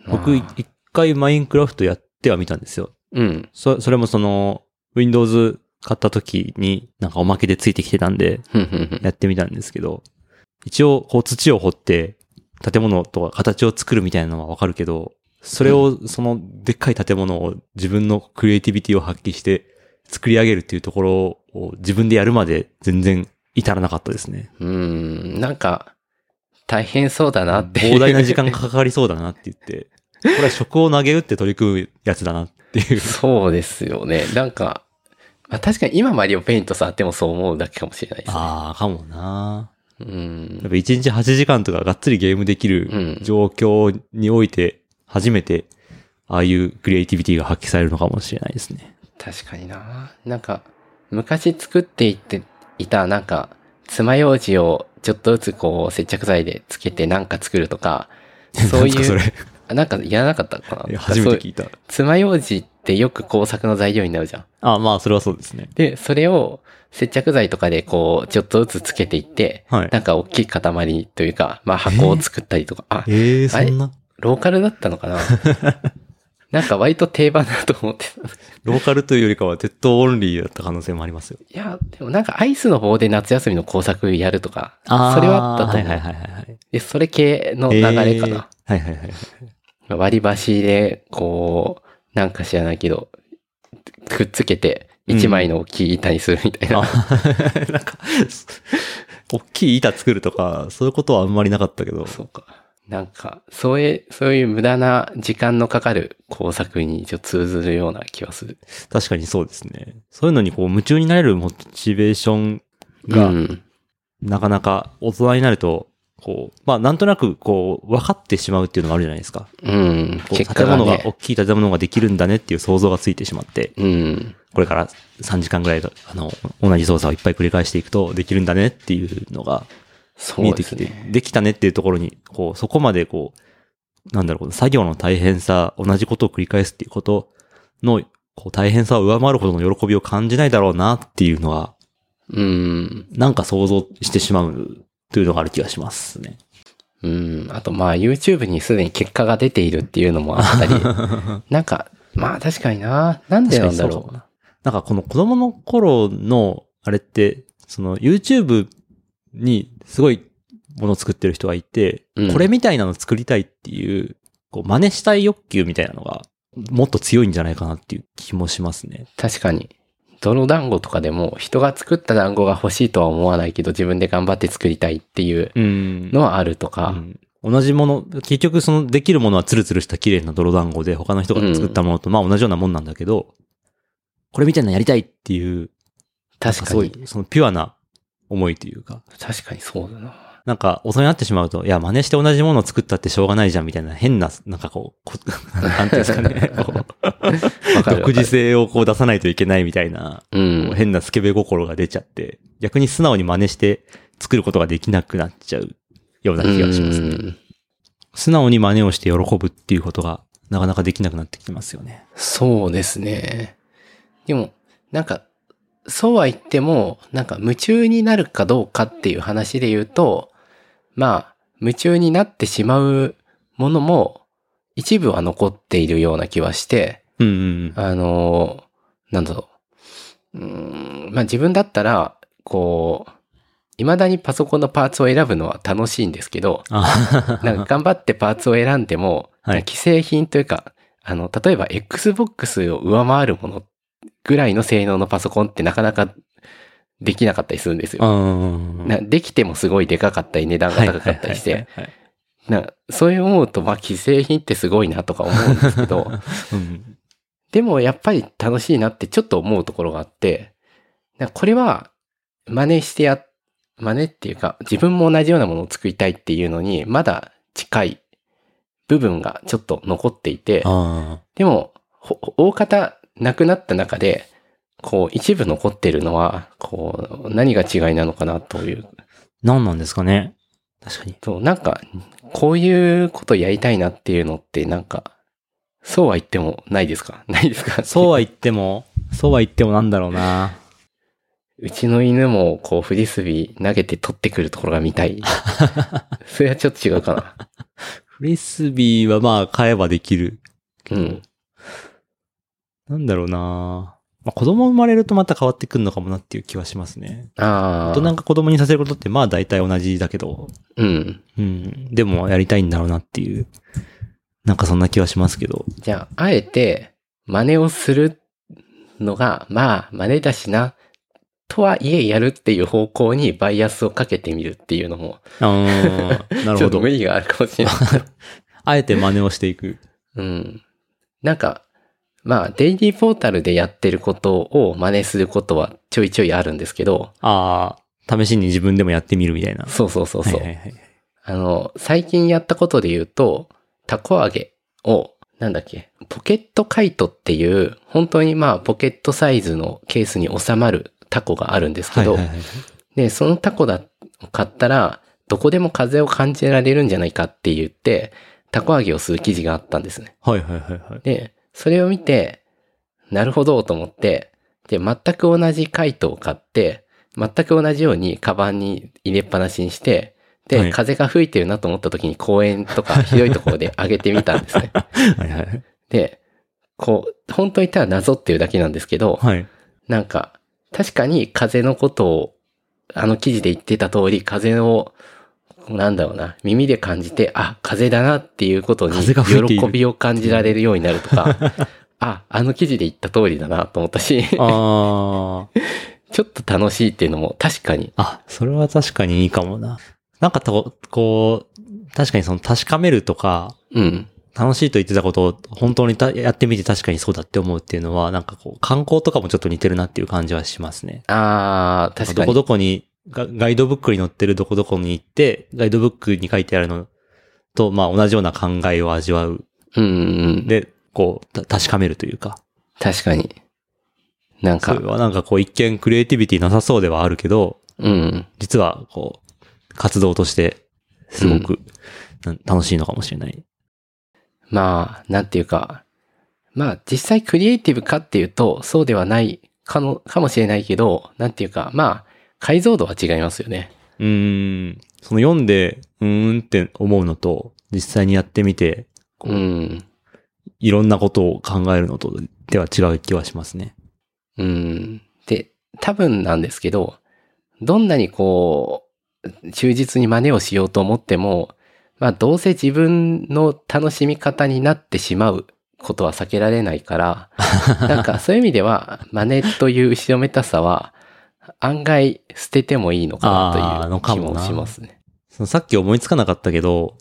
[SPEAKER 1] 僕、
[SPEAKER 2] あ
[SPEAKER 1] い
[SPEAKER 2] ー
[SPEAKER 1] 一回マインクラフトやってはみたんですよ。
[SPEAKER 2] うん。
[SPEAKER 1] そ、それもその、Windows 買った時になんかおまけでついてきてたんで、
[SPEAKER 2] ふんふんふん
[SPEAKER 1] やってみたんですけど、一応、こう土を掘って、建物とか形を作るみたいなのはわかるけど、それを、その、でっかい建物を自分のクリエイティビティを発揮して、作り上げるっていうところを自分でやるまで全然至らなかったですね。
[SPEAKER 2] うん、なんか、大変そうだなっていう。
[SPEAKER 1] 膨大な時間がかかりそうだなって言って、これは職を投げ打って取り組むやつだなっていう。
[SPEAKER 2] そうですよね。なんか、まあ、確かに今マリオペイントさんあってもそう思うだけかもしれないですね。
[SPEAKER 1] ああ、かもな
[SPEAKER 2] う
[SPEAKER 1] やっ
[SPEAKER 2] ん。
[SPEAKER 1] ぱ1日8時間とかがっつりゲームでき
[SPEAKER 2] う
[SPEAKER 1] る
[SPEAKER 2] ん
[SPEAKER 1] 状況において、初めて、ああいうクリエイティビティが発揮されるのかもしれないですね。
[SPEAKER 2] 確かにな。なんか、昔作っていっていた、なんか、爪楊枝をちょっとずつこう接着剤でつけてなんか作るとか、そう
[SPEAKER 1] なん
[SPEAKER 2] い
[SPEAKER 1] す
[SPEAKER 2] う、
[SPEAKER 1] か
[SPEAKER 2] あなんかやらなかったか
[SPEAKER 1] それ、
[SPEAKER 2] な。
[SPEAKER 1] 初めて聞いた。
[SPEAKER 2] 爪楊枝ってよく工作の材料になるじゃん。
[SPEAKER 1] あまあ、それはそうですね。
[SPEAKER 2] で、それを接着剤とかでこう、ちょっとずつつけていって、
[SPEAKER 1] はい
[SPEAKER 2] なんか大きい塊というか、まあ箱を作ったりとか、あ、
[SPEAKER 1] ええそんな
[SPEAKER 2] ローカルだったの かななんか割と定番だと思ってた。
[SPEAKER 1] ローカルというよりかは、鉄塔オンリーだった可能性もありますよ。
[SPEAKER 2] いや、でもなんかアイスの棒で夏休みの工作やるとか、それはあったと思う、
[SPEAKER 1] はいはいはいはい。
[SPEAKER 2] で。それ系の流れかな。
[SPEAKER 1] えーはいはいはい。
[SPEAKER 2] 割り箸で、こう、なんか知らないけど、くっつけて、一枚の大きい板にするみたいな。
[SPEAKER 1] あ なんか、大きい板作るとか、そういうことはあんまりなかったけど。
[SPEAKER 2] そうか。なんか、そういう、そういう無駄な時間のかかる工作に一応通ずるような気はする。
[SPEAKER 1] 確かにそうですね。そういうのにこう夢中になれるモチベーションが、
[SPEAKER 2] うん。
[SPEAKER 1] なかなか大人になるとここう、まあなんとなくこう、分かってしまうっていうのがあるじゃないですか。
[SPEAKER 2] うん。
[SPEAKER 1] こう
[SPEAKER 2] 結果
[SPEAKER 1] 建
[SPEAKER 2] が、ね、
[SPEAKER 1] 物が、大きい建物ができるんだねっていう想像がついてしまって、
[SPEAKER 2] うん。
[SPEAKER 1] これから3時間ぐらい、あの、同じ操作をいっぱい繰り返していくとできるんだねっていうのが見
[SPEAKER 2] そ
[SPEAKER 1] え
[SPEAKER 2] う
[SPEAKER 1] て
[SPEAKER 2] で
[SPEAKER 1] き
[SPEAKER 2] す
[SPEAKER 1] て、で
[SPEAKER 2] ね。
[SPEAKER 1] きたねっていうところに、こう、そこまでこう、なんだろう、作業の大変さ、同じことを繰り返すっていうことの、こう、大変さを上回るほどの喜びを感じないだろうなっていうのは、
[SPEAKER 2] うん。
[SPEAKER 1] なんか想像してしまうというのがある気がしますね。
[SPEAKER 2] うん。あと、まあ、YouTube にすでに結果が出ているっていうのもあった り、なんか、まあ、確かにな。なんでなんだ
[SPEAKER 1] 確か
[SPEAKER 2] ろ
[SPEAKER 1] にそう
[SPEAKER 2] う。
[SPEAKER 1] だなんかこの子供の頃の、あれって、その YouTube にすごいものを作ってる人がいて、
[SPEAKER 2] うん
[SPEAKER 1] これみたいなの作りたいっていう、こう真似したい欲求みたいなのが、もっと強いんじゃないかなっていう気もしますね。
[SPEAKER 2] 確かに。泥団子とかでも、人が作った団子が欲しいとは思わないけど、自分で頑張って作りたいっていう
[SPEAKER 1] うん
[SPEAKER 2] のはあるとか、
[SPEAKER 1] うん同じもの、結局そのできるものはツルツルした綺麗な泥団子で他の人が作ったものとまあ同じようなもんなんだけど、これみたいなのやりたいっていう、
[SPEAKER 2] 確か
[SPEAKER 1] すごい
[SPEAKER 2] に。、
[SPEAKER 1] そのピュアな思いというか、
[SPEAKER 2] 確かにそうだな。
[SPEAKER 1] なんか、大人になってしまうと、いや、真似して同じものを作ったってしょうがないじゃん、みたいな変な、なんかこう、こなんていうんですかね、こ
[SPEAKER 2] わ
[SPEAKER 1] う
[SPEAKER 2] かるわ
[SPEAKER 1] 独
[SPEAKER 2] かる
[SPEAKER 1] 自性をこう出さないといけないみたいな、
[SPEAKER 2] う。
[SPEAKER 1] こうん変なスケベ心が出ちゃって、逆に素直に真似して作ることができなくなっちゃうような気がしますね。
[SPEAKER 2] うん
[SPEAKER 1] 素直に真似をして喜ぶっていうことが、なかなかできなくなってきますよね。
[SPEAKER 2] そうですね。でも、なんか、そうは言っても、なんか夢中になるかどうかっていう話で言うと、まあ、夢中になってしまうものも、一部は残っているような気はして、
[SPEAKER 1] うんうん
[SPEAKER 2] あのーなんだろう。うーん、まあ自分だったら、こう、未だにパソコンのパーツを選ぶのは楽しいんですけど、
[SPEAKER 1] あ
[SPEAKER 2] なんか頑張ってパーツを選んでも、
[SPEAKER 1] はい
[SPEAKER 2] 既製品というか、あの、例えば Xbox を上回るものぐらいの性能のパソコンってなかなかできなかったりするんですよ。
[SPEAKER 1] うん。
[SPEAKER 2] なできてもすごいでかかったり値段が高かったりして、
[SPEAKER 1] はいはいはいはい。
[SPEAKER 2] なそういう思うと、まあ、既製品ってすごいなとか思うんですけど、
[SPEAKER 1] うん
[SPEAKER 2] でもやっぱり楽しいなってちょっと思うところがあって、なんかこれは真似してや、真似っていうか自分も同じようなものを作りたいっていうのにまだ近い部分がちょっと残っていて、
[SPEAKER 1] あ
[SPEAKER 2] でもほ大方なくなった中で、こう一部残ってるのは、こう何が違いなのかなという
[SPEAKER 1] ー何なんですかね。確かに。
[SPEAKER 2] と、なんかこういうことやりたいなっていうのってなんかそうは言ってもないですかないですか
[SPEAKER 1] そうは言っても、そうは言ってもなんだろうな。
[SPEAKER 2] うちの犬もこうフリスビー投げて取ってくるところが見 たい。それはちょっと違うかな。
[SPEAKER 1] フリスビーはまあ買えばできる。
[SPEAKER 2] うん。
[SPEAKER 1] なんだろうなまあ子供生まれるとまた変わってくるのかもなっていう気はしますね。
[SPEAKER 2] ああ。
[SPEAKER 1] 大人が子供にさせることってまあ大体同じだけど、
[SPEAKER 2] うん。
[SPEAKER 1] うん。でもやりたいんだろうなっていう、なんかそんな気はしますけど。
[SPEAKER 2] じゃあ、あえて真似をするのが、まあ、真似だしな、とはいえやるっていう方向にバイアスをかけてみるっていうのも、
[SPEAKER 1] あー なる
[SPEAKER 2] ちょ
[SPEAKER 1] ほ
[SPEAKER 2] っと
[SPEAKER 1] ど
[SPEAKER 2] 無。理があるかもしれ ない。
[SPEAKER 1] あえて真似をしていく。
[SPEAKER 2] うん。なんか、まあ、デイリーポータルでやってることを真似することはちょいちょいあるんですけど、
[SPEAKER 1] ああ、試しに自分でもやってみるみたいな。
[SPEAKER 2] そうそうそうそ
[SPEAKER 1] は
[SPEAKER 2] う。
[SPEAKER 1] いはいはい。
[SPEAKER 2] あの、最近やったことで言うと、タコ揚げを、なんだっけ、ポケットカイトっていう、本当にまあポケットサイズのケースに収まるタコがあるんですけ
[SPEAKER 1] はい
[SPEAKER 2] ど、
[SPEAKER 1] はいはい。
[SPEAKER 2] で、そのタコだ、買ったら、どこでも風を感じられるんじゃないかって言って、タコ揚げをする記事があったんですね。
[SPEAKER 1] はいはいはいはい。
[SPEAKER 2] で、それを見て、なるほどと思って、で、全く同じカイトを買って、全く同じようにカバンに入れっぱなしにして、で、
[SPEAKER 1] はい
[SPEAKER 2] 風が吹いてるなと思った時に公園と か広いところで上げてみたんですね。
[SPEAKER 1] はいはい
[SPEAKER 2] で、こう、本当に言ったらなぞっていうだけなんですけど、
[SPEAKER 1] はい。
[SPEAKER 2] なんか、確かに風のことを、あの記事で言ってた通り、風を、なんだろうな、耳で感じて、あ、風だなっていうことに、
[SPEAKER 1] 風が吹いている
[SPEAKER 2] 喜びを感じられるようになるとか、 あ、あの記事で言った通りだなと思ったし、ちょ
[SPEAKER 1] ああ。
[SPEAKER 2] っと楽しいっていうのも確かに、
[SPEAKER 1] あ、それは確かにいいかもな。なんかと、こう、確かにその確かめるとか、
[SPEAKER 2] うん、
[SPEAKER 1] 楽しいと言ってたことを本当にたやってみて確かにそうだって思うっていうのは、なんかこう、観光とかもちょっと似てるなっていう感じはしますね。
[SPEAKER 2] あー、確か
[SPEAKER 1] どこ
[SPEAKER 2] に。
[SPEAKER 1] どこにがガイドブックに載ってるどこどこに行って、ガイドブックに書いてあるのと、まあ同じような考えを味わう。
[SPEAKER 2] うんうん。
[SPEAKER 1] で、こう、た確かめるというか。
[SPEAKER 2] 確かに。なん
[SPEAKER 1] そ
[SPEAKER 2] か
[SPEAKER 1] れ、はなんかこう一見クリエイティビティなさそうではあるけど、
[SPEAKER 2] うん。
[SPEAKER 1] 実はこう、活動として、すごく、なん楽しいのかもしれない。
[SPEAKER 2] まあ、なんていうか、まあ実際クリエイティブかっていうと、そうではないかの、かもしれないけど、なんていうか、まあ、解像度は違いますよね。
[SPEAKER 1] うーん。その読んで、うーんって思うのと、実際にやってみて、こう
[SPEAKER 2] うん。
[SPEAKER 1] いろんなことを考えるのとでは違う気はしますね。
[SPEAKER 2] うん。で、多分なんですけど、どんなにこう、忠実に真似をしようと思っても、まあどうせ自分の楽しみ方になってしまうことは避けられない から、なんかそういう意味では、真似という後ろめたさは、案外捨ててもいいのか
[SPEAKER 1] あー
[SPEAKER 2] な
[SPEAKER 1] の
[SPEAKER 2] と
[SPEAKER 1] か
[SPEAKER 2] いう気
[SPEAKER 1] も
[SPEAKER 2] も
[SPEAKER 1] な
[SPEAKER 2] しますね。
[SPEAKER 1] そのさっき思いつかなかったけど、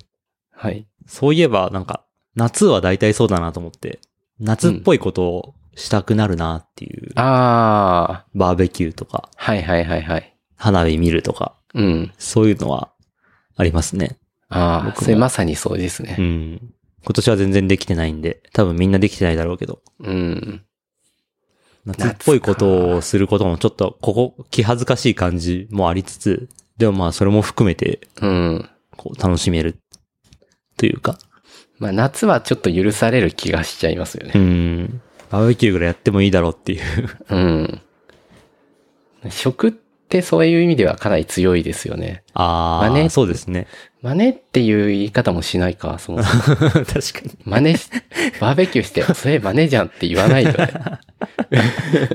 [SPEAKER 2] はい。
[SPEAKER 1] そういえばなんか、夏は大体そうだなと思って、夏っぽいことをしたくなるなっていう、
[SPEAKER 2] ああ、
[SPEAKER 1] バーベキューとか、
[SPEAKER 2] はいはいはいはい。
[SPEAKER 1] 花火見るとか、
[SPEAKER 2] うん。
[SPEAKER 1] そういうのはありますね。
[SPEAKER 2] あ
[SPEAKER 1] 僕
[SPEAKER 2] あ、
[SPEAKER 1] も
[SPEAKER 2] それまさにそうですね
[SPEAKER 1] う。ん。今年は全然できてないんで、多分みんなできてないだろうけど、
[SPEAKER 2] うん。
[SPEAKER 1] 夏っぽいことをすることもちょっと、ここ、気恥ずかしい感じもありつつ、でもまあそれも含めて、
[SPEAKER 2] うん。
[SPEAKER 1] こう、楽しめる。というか。
[SPEAKER 2] まあ夏はちょっと許される気がしちゃいますよ
[SPEAKER 1] う
[SPEAKER 2] ね。
[SPEAKER 1] ん。バーベキューぐらいやってもいいだろうっていう。
[SPEAKER 2] うん。食ってそういう意味ではかなり強いですよね。
[SPEAKER 1] ああ、
[SPEAKER 2] まあね
[SPEAKER 1] そうですね。
[SPEAKER 2] 真似っていう言い方もしないか、そも そも。
[SPEAKER 1] 確かに。
[SPEAKER 2] 真似し、バーベキューして、それ真似じゃんって言わないよね。
[SPEAKER 1] 今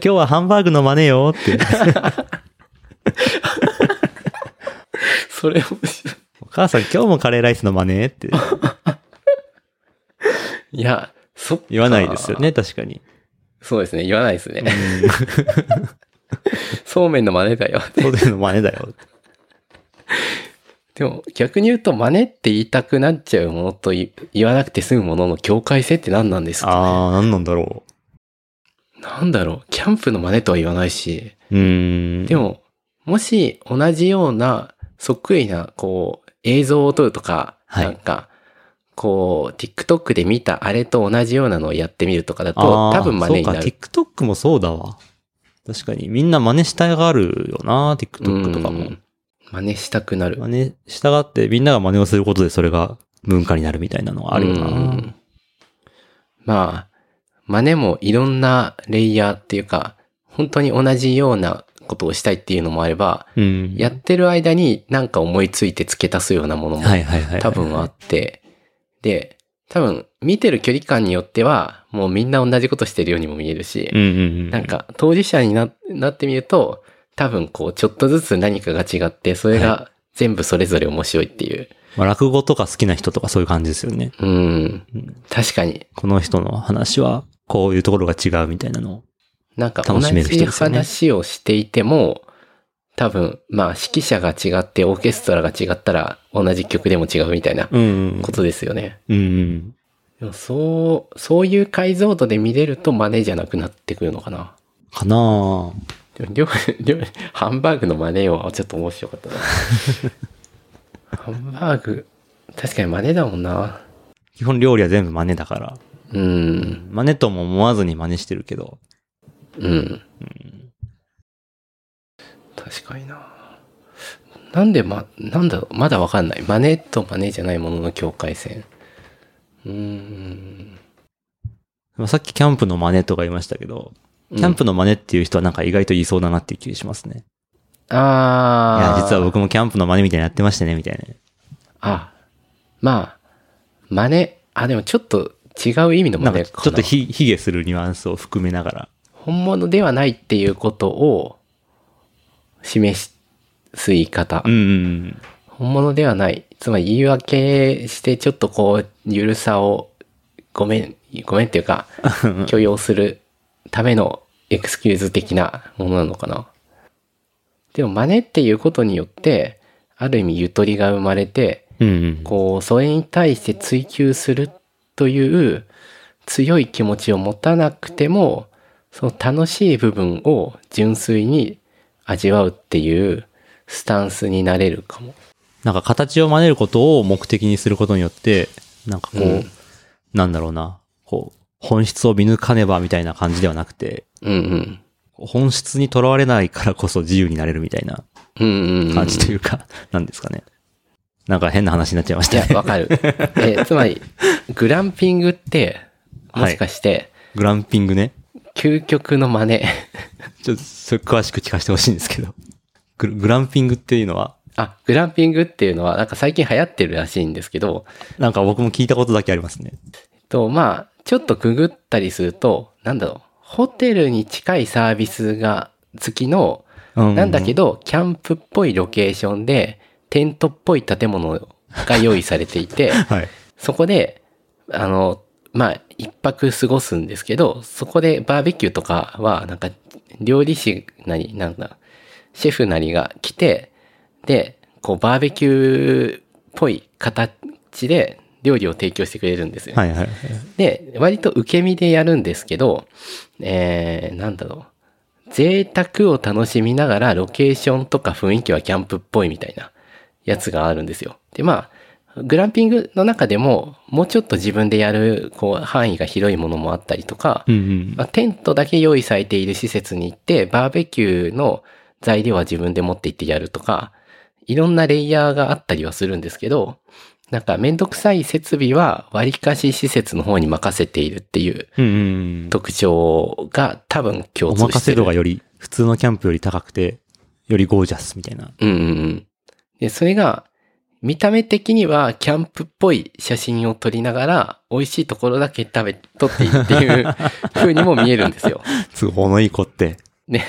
[SPEAKER 1] 日はハンバーグの真似よって。
[SPEAKER 2] それ面白い。
[SPEAKER 1] お母さん今日もカレーライスの真似って
[SPEAKER 2] いや、そっか
[SPEAKER 1] 言わないですよ。ね、確かに。
[SPEAKER 2] そうですね、言わないですね。 そうめんの真似だよ。
[SPEAKER 1] そういうの真似だよ。
[SPEAKER 2] でも逆に言うと真似って言いたくなっちゃうものとい言わなくて済むものの境界線って何なんですか
[SPEAKER 1] ああ、何なんだろ
[SPEAKER 2] なんだろう。キャンプの真似とは言わないし。
[SPEAKER 1] う。うーん。
[SPEAKER 2] でも、もし同じようなそっくりな、こう、映像を撮るとか、
[SPEAKER 1] はい
[SPEAKER 2] なんか、こう、TikTok で見たあれと同じようなのをやってみるとかだと、
[SPEAKER 1] あー
[SPEAKER 2] 多分真似にな
[SPEAKER 1] そう
[SPEAKER 2] る。
[SPEAKER 1] か、TikTok もそうだわ。確かに。みんな真似したがるよな、TikTok とか
[SPEAKER 2] う
[SPEAKER 1] も。
[SPEAKER 2] ん真似したくなる。
[SPEAKER 1] 真似したがって、みんなが真似をすることでそれが文化になるみたいなのはあるよ
[SPEAKER 2] う
[SPEAKER 1] な。
[SPEAKER 2] んまあ、真似もいろんなレイヤーっていうか、本当に同じようなことをしたいっていうのもあれば、
[SPEAKER 1] うん。
[SPEAKER 2] やってる間になんか思いついて付け足すようなものも
[SPEAKER 1] はいはいはい。
[SPEAKER 2] 多分あって、で、多分見てる距離感によっては、もうみんな同じことしてるようにも見えるし
[SPEAKER 1] う、んうんうん。
[SPEAKER 2] なんか当事者にななってみると、多分こうちょっとずつ何かが違って、それが全部それぞれ面白いっていう。
[SPEAKER 1] まあ、落語とか好きな人とかそういう感じですよね。
[SPEAKER 2] うん
[SPEAKER 1] うん、
[SPEAKER 2] 確かに。
[SPEAKER 1] この人の話は、こういうところが違うみたいなのを。
[SPEAKER 2] なんか同
[SPEAKER 1] 楽しめる人
[SPEAKER 2] じ
[SPEAKER 1] ですよね
[SPEAKER 2] 話をしていても、多分、まあ指揮者が違ってオーケストラが違ったら同じ曲でも違うみたいな
[SPEAKER 1] うんうん
[SPEAKER 2] ことですよね。
[SPEAKER 1] うん。うん。
[SPEAKER 2] でもそう、そういう解像度で見れると真似じゃなくなってくるのかな。
[SPEAKER 1] かなぁ。
[SPEAKER 2] でも料料ハンバーグの真似はちょっと面白かったな。ハンバーグ、確かに真似だもんな。
[SPEAKER 1] 基本料理は全部真似だから。
[SPEAKER 2] うん、
[SPEAKER 1] 真似とも思わずに真似してるけど。
[SPEAKER 2] うん。確かにな。なんでま、なんだろう、まだわかんない。真似と真似じゃないものの境界線。うん。
[SPEAKER 1] まあさっきキャンプの真似とか言いましたけど、
[SPEAKER 2] キ
[SPEAKER 1] キャンプの真似っていう人はなんか意外と言いそうだなっていう気がしますね。い
[SPEAKER 2] ああ。
[SPEAKER 1] や、実は僕もキャンプの真似みたいなのやってましてね、みたいな。
[SPEAKER 2] あ、まあ、真似、あ、でもちょっと違う意味の真
[SPEAKER 1] なん
[SPEAKER 2] 似
[SPEAKER 1] か
[SPEAKER 2] か
[SPEAKER 1] ち
[SPEAKER 2] な。
[SPEAKER 1] ょっとひ、ひげするニュアンスを含めながら。
[SPEAKER 2] 本物ではないっていうことを示す言い方。
[SPEAKER 1] うんうんうん。
[SPEAKER 2] 本物ではない。つまり言い訳してちょっとこう、ゆるさを、ごめん、ごめんっていうか、許容するためのエクスキューズ的なものなのかな。でも真似っていうことによって、ある意味ゆとりが生まれて、
[SPEAKER 1] うんうん。
[SPEAKER 2] こう、それに対して追求するという強い気持ちを持たなくても、その楽しい部分を純粋に味わうっていう、スタンスになれるかも。
[SPEAKER 1] なんか形を真似ることを目的にすることによって、なんかこう、
[SPEAKER 2] うん
[SPEAKER 1] なんだろうな、こう、本質を見抜かねばみたいな感じではなくて、
[SPEAKER 2] うんうん。
[SPEAKER 1] 本質にとらわれないからこそ自由になれるみたいな
[SPEAKER 2] うんうん、うん。
[SPEAKER 1] 感じというか、なんですかね。なんか変な話になっちゃいまし
[SPEAKER 2] い
[SPEAKER 1] た
[SPEAKER 2] や、
[SPEAKER 1] ね。
[SPEAKER 2] わかる。え、つまり、グランピングって、もしかして、
[SPEAKER 1] グランピングね。
[SPEAKER 2] 究極の真似。
[SPEAKER 1] ちょっと、それ詳しく聞かせてほしいんですけど。ググランピングっていうのは、
[SPEAKER 2] あ、グランピングっていうのは、なんか最近流行ってるらしいんですけど、
[SPEAKER 1] なんか僕も聞いたことだけありますね。
[SPEAKER 2] と、まあ、ちょっとくぐったりすると、なんだろう、ホテルに近いサービスが付きの、
[SPEAKER 1] う
[SPEAKER 2] なんだけ
[SPEAKER 1] ど。
[SPEAKER 2] ど、キャンプっぽいロケーションで、テントっぽい建物が用意されていて、
[SPEAKER 1] はい。
[SPEAKER 2] そこで、あの、まあ、一泊過ごすんですけど、そこでバーベキューとかは、なんか、料理師なり、なんだ、シェフなりが来て、で、こう、バーベキューっぽい形で料理を提供してくれるんですよ。
[SPEAKER 1] はいはい。
[SPEAKER 2] で、割と受け身でやるんですけど、えー、なんだろう。贅沢を楽しみながら、ロケーションとか雰囲気はキャンプっぽいみたいなやつがあるんですよ。で、まあ、グランピングの中でも、もうちょっと自分でやる、こう、範囲が広いものもあったりとか、
[SPEAKER 1] うんうん。
[SPEAKER 2] まあ、テントだけ用意されている施設に行って、バーベキューの材料は自分で持って行ってやるとか、いろんなレイヤーがあったりはするんですけど、なんかめんどくさい設備は割かし施設の方に任せているっていう
[SPEAKER 1] うんうんうん。
[SPEAKER 2] 特徴が多分共
[SPEAKER 1] お
[SPEAKER 2] 通してる。
[SPEAKER 1] 任せ度がより、普通のキャンプより高くて、よりゴージャスみたいな。
[SPEAKER 2] うんうんうん。で、それが、見た目的にはキャンプっぽい写真を撮りながら、美味しいところだけ食べ、撮っていいっていう風にも見えるんですよ。
[SPEAKER 1] 都合のいい子って。
[SPEAKER 2] ね。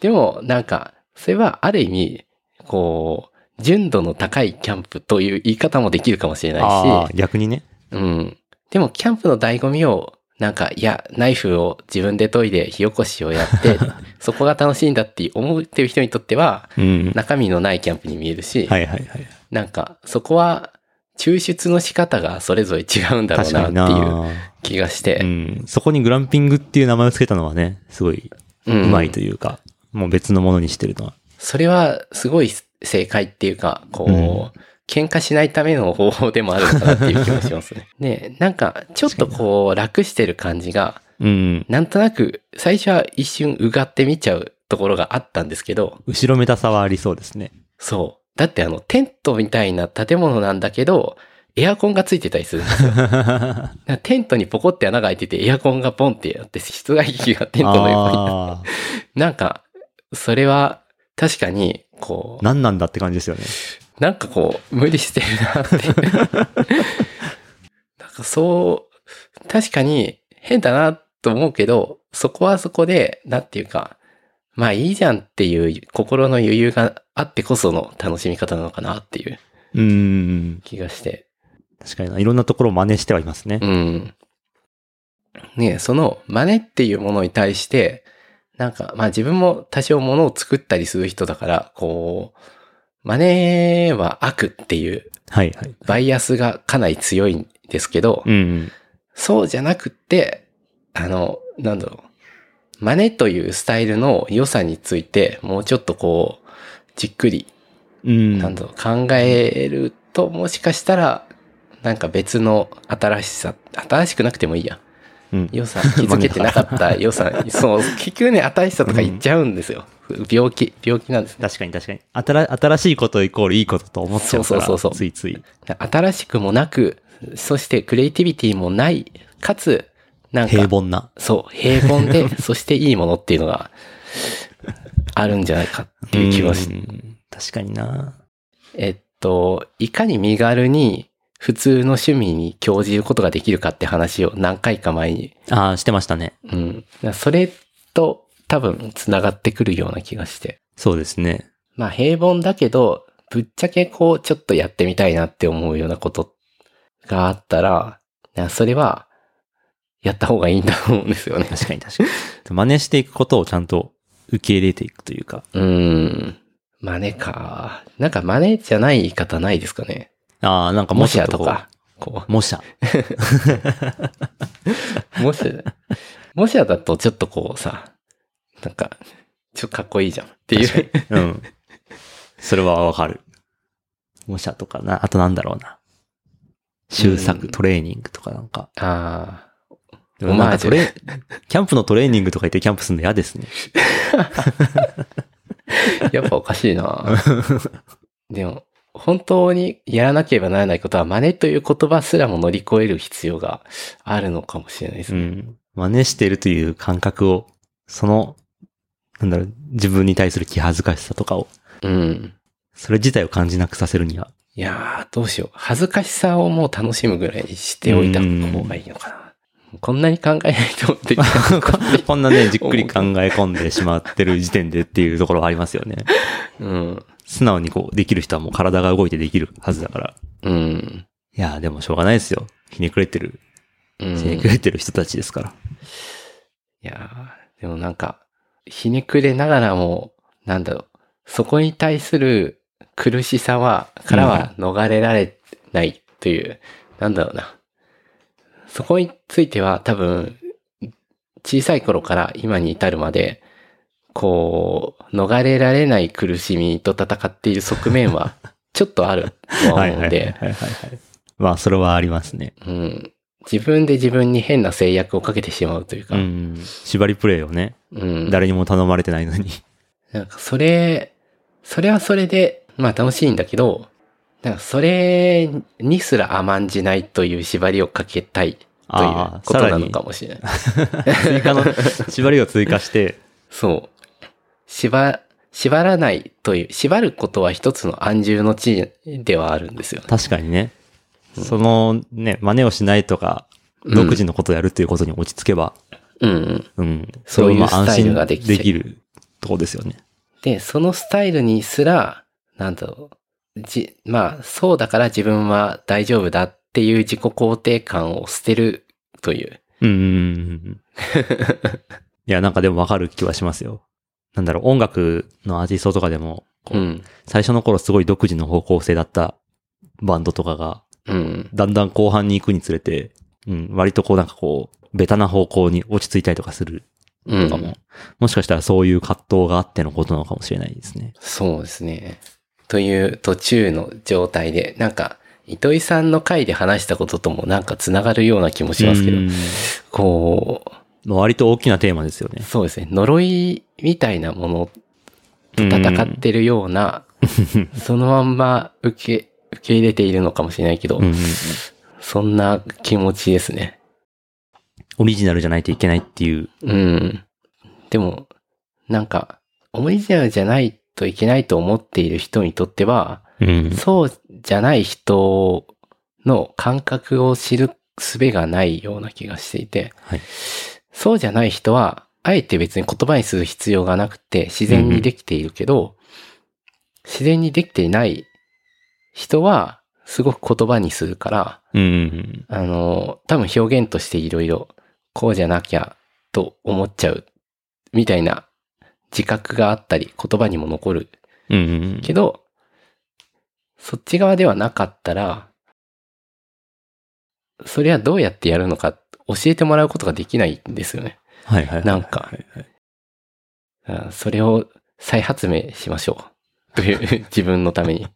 [SPEAKER 2] でも、なんか、それはある意味、こう、純度の高いキャンプという言い方もできるかもしれな
[SPEAKER 1] あ
[SPEAKER 2] い
[SPEAKER 1] あ
[SPEAKER 2] し、
[SPEAKER 1] ー、逆にね。
[SPEAKER 2] うん。でも、キャンプの醍醐味を、なんか、いや、ナイフを自分で研いで火起こしを やって、そこが楽しいんだって思ってる人にとっては、
[SPEAKER 1] うん。
[SPEAKER 2] 中身のないキャンプに見えるし、
[SPEAKER 1] はいはいはい。
[SPEAKER 2] なんか、そこは、抽出の仕方がそれぞれ違うんだろ
[SPEAKER 1] 確
[SPEAKER 2] う
[SPEAKER 1] かに
[SPEAKER 2] な
[SPEAKER 1] な
[SPEAKER 2] っていう気がして、
[SPEAKER 1] うん。そこにグランピングっていう名前を付けたのはね、すごい、
[SPEAKER 2] う
[SPEAKER 1] うんまいというか、もう別のものにしてるのは。
[SPEAKER 2] それはすごい正解っていうか、こう、
[SPEAKER 1] うん
[SPEAKER 2] 喧嘩しないための方法でもあるのかなっていう気もしま すね。ねなんか、ちょっとこう、楽してる感じが、
[SPEAKER 1] うん。
[SPEAKER 2] なんとなく、最初は一瞬うがって見ちゃうところがあったんですけど、
[SPEAKER 1] 後ろめたさはありそうですね。
[SPEAKER 2] そう。だってあの、テントみたいな建物なんだけど、エアコンがついてたりするん ですよ。だからテントにポコって穴が開いてて、エアコンがポンってやって、室外機がテントの横に。
[SPEAKER 1] ああ、
[SPEAKER 2] なんか、それは、確かに、こう、
[SPEAKER 1] 何なんだって感じですよね。
[SPEAKER 2] なんかこう、無理してるなって。 なんかそう、確かに変だなと思うけど、そこはそこで、なんていうか、まあいいじゃんっていう心の余裕があってこその楽しみ方なのかなっていう
[SPEAKER 1] うん。
[SPEAKER 2] 気がして。
[SPEAKER 1] 確かにな。いろんなところを真似してはいますね
[SPEAKER 2] う。ん。ねえその真似っていうものに対して、なんか、まあ自分も多少ものを作ったりする人だから、こう、真似は悪っていう
[SPEAKER 1] はいはい。
[SPEAKER 2] バイアスがかなり強いんですけど、
[SPEAKER 1] うん。
[SPEAKER 2] そうじゃなくって、あの、なんだろう。真似というスタイルの良さについて、もうちょっとこう、じっくり、
[SPEAKER 1] うん。
[SPEAKER 2] なんだろう、考えると、もしかしたら、なんか別の新しさ、新しくなくてもいいや。
[SPEAKER 1] うん。
[SPEAKER 2] 良さ、気づけてなかった良さ、そう、結局ね、新しさとか言っちゃうんですよ。病気、病気なんですね。
[SPEAKER 1] 確かに確かに。新新しいことイコールいいことと思っちゃうから、
[SPEAKER 2] そうそうそうそう
[SPEAKER 1] ついつい。
[SPEAKER 2] 新しくもなく、そしてクリエイティビティもない、かつ、なんか、
[SPEAKER 1] 平凡な。
[SPEAKER 2] そう、平凡で、そしていいものっていうのが、あるんじゃないかっていう気はし、
[SPEAKER 1] うん確かにな。
[SPEAKER 2] えっと、いかに身軽に普通の趣味に興じることができるかって話を何回か前に、
[SPEAKER 1] ああ、してましたね。
[SPEAKER 2] うん。それと多分繋がってくるような気がして。
[SPEAKER 1] そうですね。
[SPEAKER 2] まあ平凡だけど、ぶっちゃけこうちょっとやってみたいなって思うようなことがあったら、なそれはやった方がいいんだと思うんですよね。
[SPEAKER 1] 確かに 確かに。真似していくことをちゃんと受け入れていくというか。
[SPEAKER 2] うーん。真似か。なんか真似じゃない言い方ないですかね。
[SPEAKER 1] ああ、なんかも
[SPEAKER 2] も
[SPEAKER 1] う
[SPEAKER 2] し
[SPEAKER 1] ちょっ
[SPEAKER 2] や
[SPEAKER 1] と
[SPEAKER 2] と
[SPEAKER 1] こ
[SPEAKER 2] か
[SPEAKER 1] う。
[SPEAKER 2] こ
[SPEAKER 1] 模写。
[SPEAKER 2] う。 もし、もしやだとちょっとこうさ、なんか、ちょっとかっこいいじゃんっていう。
[SPEAKER 1] うん。それはわかる。模写とかな、あとなんだろうな。修
[SPEAKER 2] う
[SPEAKER 1] 作、
[SPEAKER 2] ん
[SPEAKER 1] トレーニングとかなんか。
[SPEAKER 2] あ
[SPEAKER 1] でもなん
[SPEAKER 2] オマ
[SPEAKER 1] か
[SPEAKER 2] ージ
[SPEAKER 1] ト
[SPEAKER 2] ュ
[SPEAKER 1] レ、キャンプのトレーニングとか言ってキャンプするの嫌ですね。
[SPEAKER 2] あ、やっぱおかしい なでも、本当にやらなければならないことは、真似という言葉すらも乗り越える必要があるのかもしれないです
[SPEAKER 1] う
[SPEAKER 2] ね。
[SPEAKER 1] ん。真似してるという感覚を、その、なんだろう、自分に対する気恥ずかしさとかを、
[SPEAKER 2] うん。
[SPEAKER 1] それ自体を感じなくさせる には。
[SPEAKER 2] いやー、どうしよう。恥ずかしさをもう楽しむぐらいにしておいた方がいいのかな。こんなに考えないとで きない。
[SPEAKER 1] こんなね、じっくり考え込んでしまってる時点でっていうところはありますよね。
[SPEAKER 2] うん。
[SPEAKER 1] 素直にこう、できる人はもう体が動いてできるはずだから。
[SPEAKER 2] うん。
[SPEAKER 1] いやーでもしょうがないですよ。ひねくれてる、
[SPEAKER 2] う
[SPEAKER 1] ひ
[SPEAKER 2] ん。
[SPEAKER 1] ねくれてる人たちですから。
[SPEAKER 2] いやーでもなんか、ひねくれながらも、なんだろう、そこに対する苦しさは、からは逃れられないという、なんだろうな。そこについては多分、小さい頃から今に至るまで、こう、逃れられない苦しみと戦っている側面は、 ちょっとあるとは
[SPEAKER 1] はい
[SPEAKER 2] 思う
[SPEAKER 1] はいは
[SPEAKER 2] の
[SPEAKER 1] い
[SPEAKER 2] で、
[SPEAKER 1] はいはい。まあ、それはありますね。
[SPEAKER 2] うん自分で自分に変な制約をかけてしまうというか、
[SPEAKER 1] うん。縛りプレイをね、
[SPEAKER 2] うん
[SPEAKER 1] 誰にも頼まれてないのに。
[SPEAKER 2] なんかそれ、それはそれで、まあ楽しいんだけど、なんかそれにすら甘んじないという縛りをかけたいという
[SPEAKER 1] あー
[SPEAKER 2] こ
[SPEAKER 1] さ
[SPEAKER 2] と
[SPEAKER 1] ら
[SPEAKER 2] な
[SPEAKER 1] に
[SPEAKER 2] のかもしれない。
[SPEAKER 1] 追加の、縛りを追加して、
[SPEAKER 2] そう。縛、縛らないという、縛ることは一つの安住の地ではあるんですよね。
[SPEAKER 1] 確かにね、そのね、真似をしないとか、
[SPEAKER 2] うん
[SPEAKER 1] 独自のことをやるっていうことに落ち着けば、
[SPEAKER 2] うんうん。
[SPEAKER 1] うん。
[SPEAKER 2] そういう
[SPEAKER 1] れはまあ
[SPEAKER 2] スタイルがで
[SPEAKER 1] 安
[SPEAKER 2] きち
[SPEAKER 1] 心
[SPEAKER 2] ゃう
[SPEAKER 1] できるとこですよね。
[SPEAKER 2] で、そのスタイルにすら、なんだろう。じ、まあ、そうだから自分は大丈夫だっていう自己肯定感を捨てるという。
[SPEAKER 1] うんうんうんうん。いや、なんかでもわかる気はしますよ。なんだろう、音楽のアーティストとかでも、こう
[SPEAKER 2] うん。
[SPEAKER 1] 最初の頃すごい独自の方向性だったバンドとかが、
[SPEAKER 2] うん。
[SPEAKER 1] だんだん後半に行くにつれて、うん、割とこうなんかこう、ベタな方向に落ち着いたりとかする
[SPEAKER 2] う
[SPEAKER 1] と
[SPEAKER 2] ん
[SPEAKER 1] か。も、もしかしたらそういう葛藤があってのことなのかもしれないですね。
[SPEAKER 2] そうですね。という途中の状態で、なんか、糸井さんの回で話したことともなんか繋がるような気もしますけど
[SPEAKER 1] う、ん
[SPEAKER 2] こ
[SPEAKER 1] まあ割と大きなテーマですよ
[SPEAKER 2] う、
[SPEAKER 1] ね。
[SPEAKER 2] そうですね、呪いみたいなものと戦ってるよ うな、そのまんま受け、受け入れているのかもしれないけど、
[SPEAKER 1] うんうんうん
[SPEAKER 2] そんな気持ちですね。
[SPEAKER 1] オリジナルじゃないといけないっていう。
[SPEAKER 2] うん。でも、なんか、オリジナルじゃないといけないと思っている人にとっては、
[SPEAKER 1] うん
[SPEAKER 2] そうじゃない人の感覚を知る術がないような気がしていて、
[SPEAKER 1] はい
[SPEAKER 2] そうじゃない人は、あえて別に言葉にする必要がなくて、自然にできているけど、自然にできていない人は、すごく言葉にするから、
[SPEAKER 1] うんうん
[SPEAKER 2] あの、多分表現としていろいろ、こうじゃなきゃと思っちゃう、みたいな自覚があったり、言葉にも残る
[SPEAKER 1] うんうんうん
[SPEAKER 2] けど、そっち側ではなかったら、それはどうやってやるのか教えてもらうことができないんですよね。
[SPEAKER 1] はいはいはい。
[SPEAKER 2] なんか
[SPEAKER 1] はいはい
[SPEAKER 2] あそれを再発明しましょう。という 自分のために。っ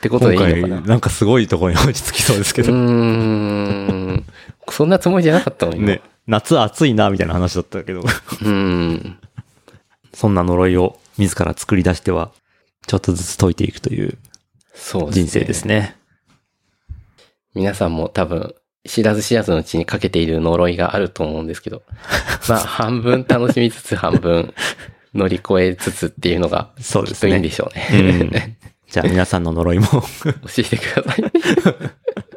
[SPEAKER 2] てことでいい
[SPEAKER 1] 今
[SPEAKER 2] の
[SPEAKER 1] 回、
[SPEAKER 2] かな
[SPEAKER 1] なんかすごいところに落ち着きそうですけ
[SPEAKER 2] う
[SPEAKER 1] ど。
[SPEAKER 2] ーん。そんなつもりじゃなかったのに。
[SPEAKER 1] ね。夏暑いな、みたいな話だったけど。
[SPEAKER 2] うーん。
[SPEAKER 1] そんな呪いを自ら作り出しては、ちょっとずつ解いていくという
[SPEAKER 2] そう
[SPEAKER 1] 人生ですね。
[SPEAKER 2] 皆さんも多分、知らず知らずのうちにかけている呪いがあると思うんです けど、まあ、半分楽しみつつ、半分乗り越えつつっていうのが、
[SPEAKER 1] そう
[SPEAKER 2] き
[SPEAKER 1] で
[SPEAKER 2] っと
[SPEAKER 1] す
[SPEAKER 2] いい
[SPEAKER 1] ね
[SPEAKER 2] んで。しょうね。
[SPEAKER 1] うんじゃあ皆さんの呪いも、
[SPEAKER 2] 教えてください。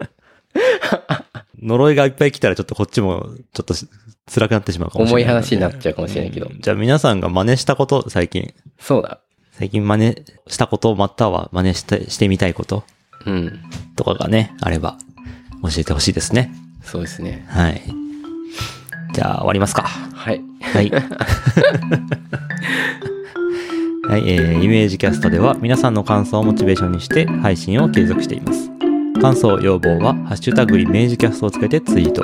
[SPEAKER 1] 呪いがいっぱい来たらちょっとこっちもちょっとし辛くなってしまうかもし
[SPEAKER 2] 重
[SPEAKER 1] れ
[SPEAKER 2] い
[SPEAKER 1] ないので。
[SPEAKER 2] 話になっちゃうかもしれないけど。
[SPEAKER 1] じゃあ皆さんが真似したこと、最近。
[SPEAKER 2] そうだ。
[SPEAKER 1] 最近真似したこと、または真似してしてみたいこと
[SPEAKER 2] うん。
[SPEAKER 1] とかがね、あれば教えてほしいですね。
[SPEAKER 2] そうですね。
[SPEAKER 1] はい。じゃあ終わりますか。
[SPEAKER 2] はい。
[SPEAKER 1] はい。はい、えーイメージキャストでは皆さんの感想をモチベーションにして配信を継続しています。感想、要望は、ハッシュタグイメージキャストをつけてツイート。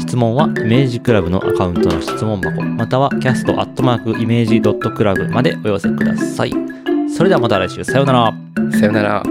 [SPEAKER 1] 質問は、イメージクラブのアカウントの質問箱、または、キャストアットマークイメージドットクラブまでお寄せください。それではまた来週、さようなら。
[SPEAKER 2] さよなら。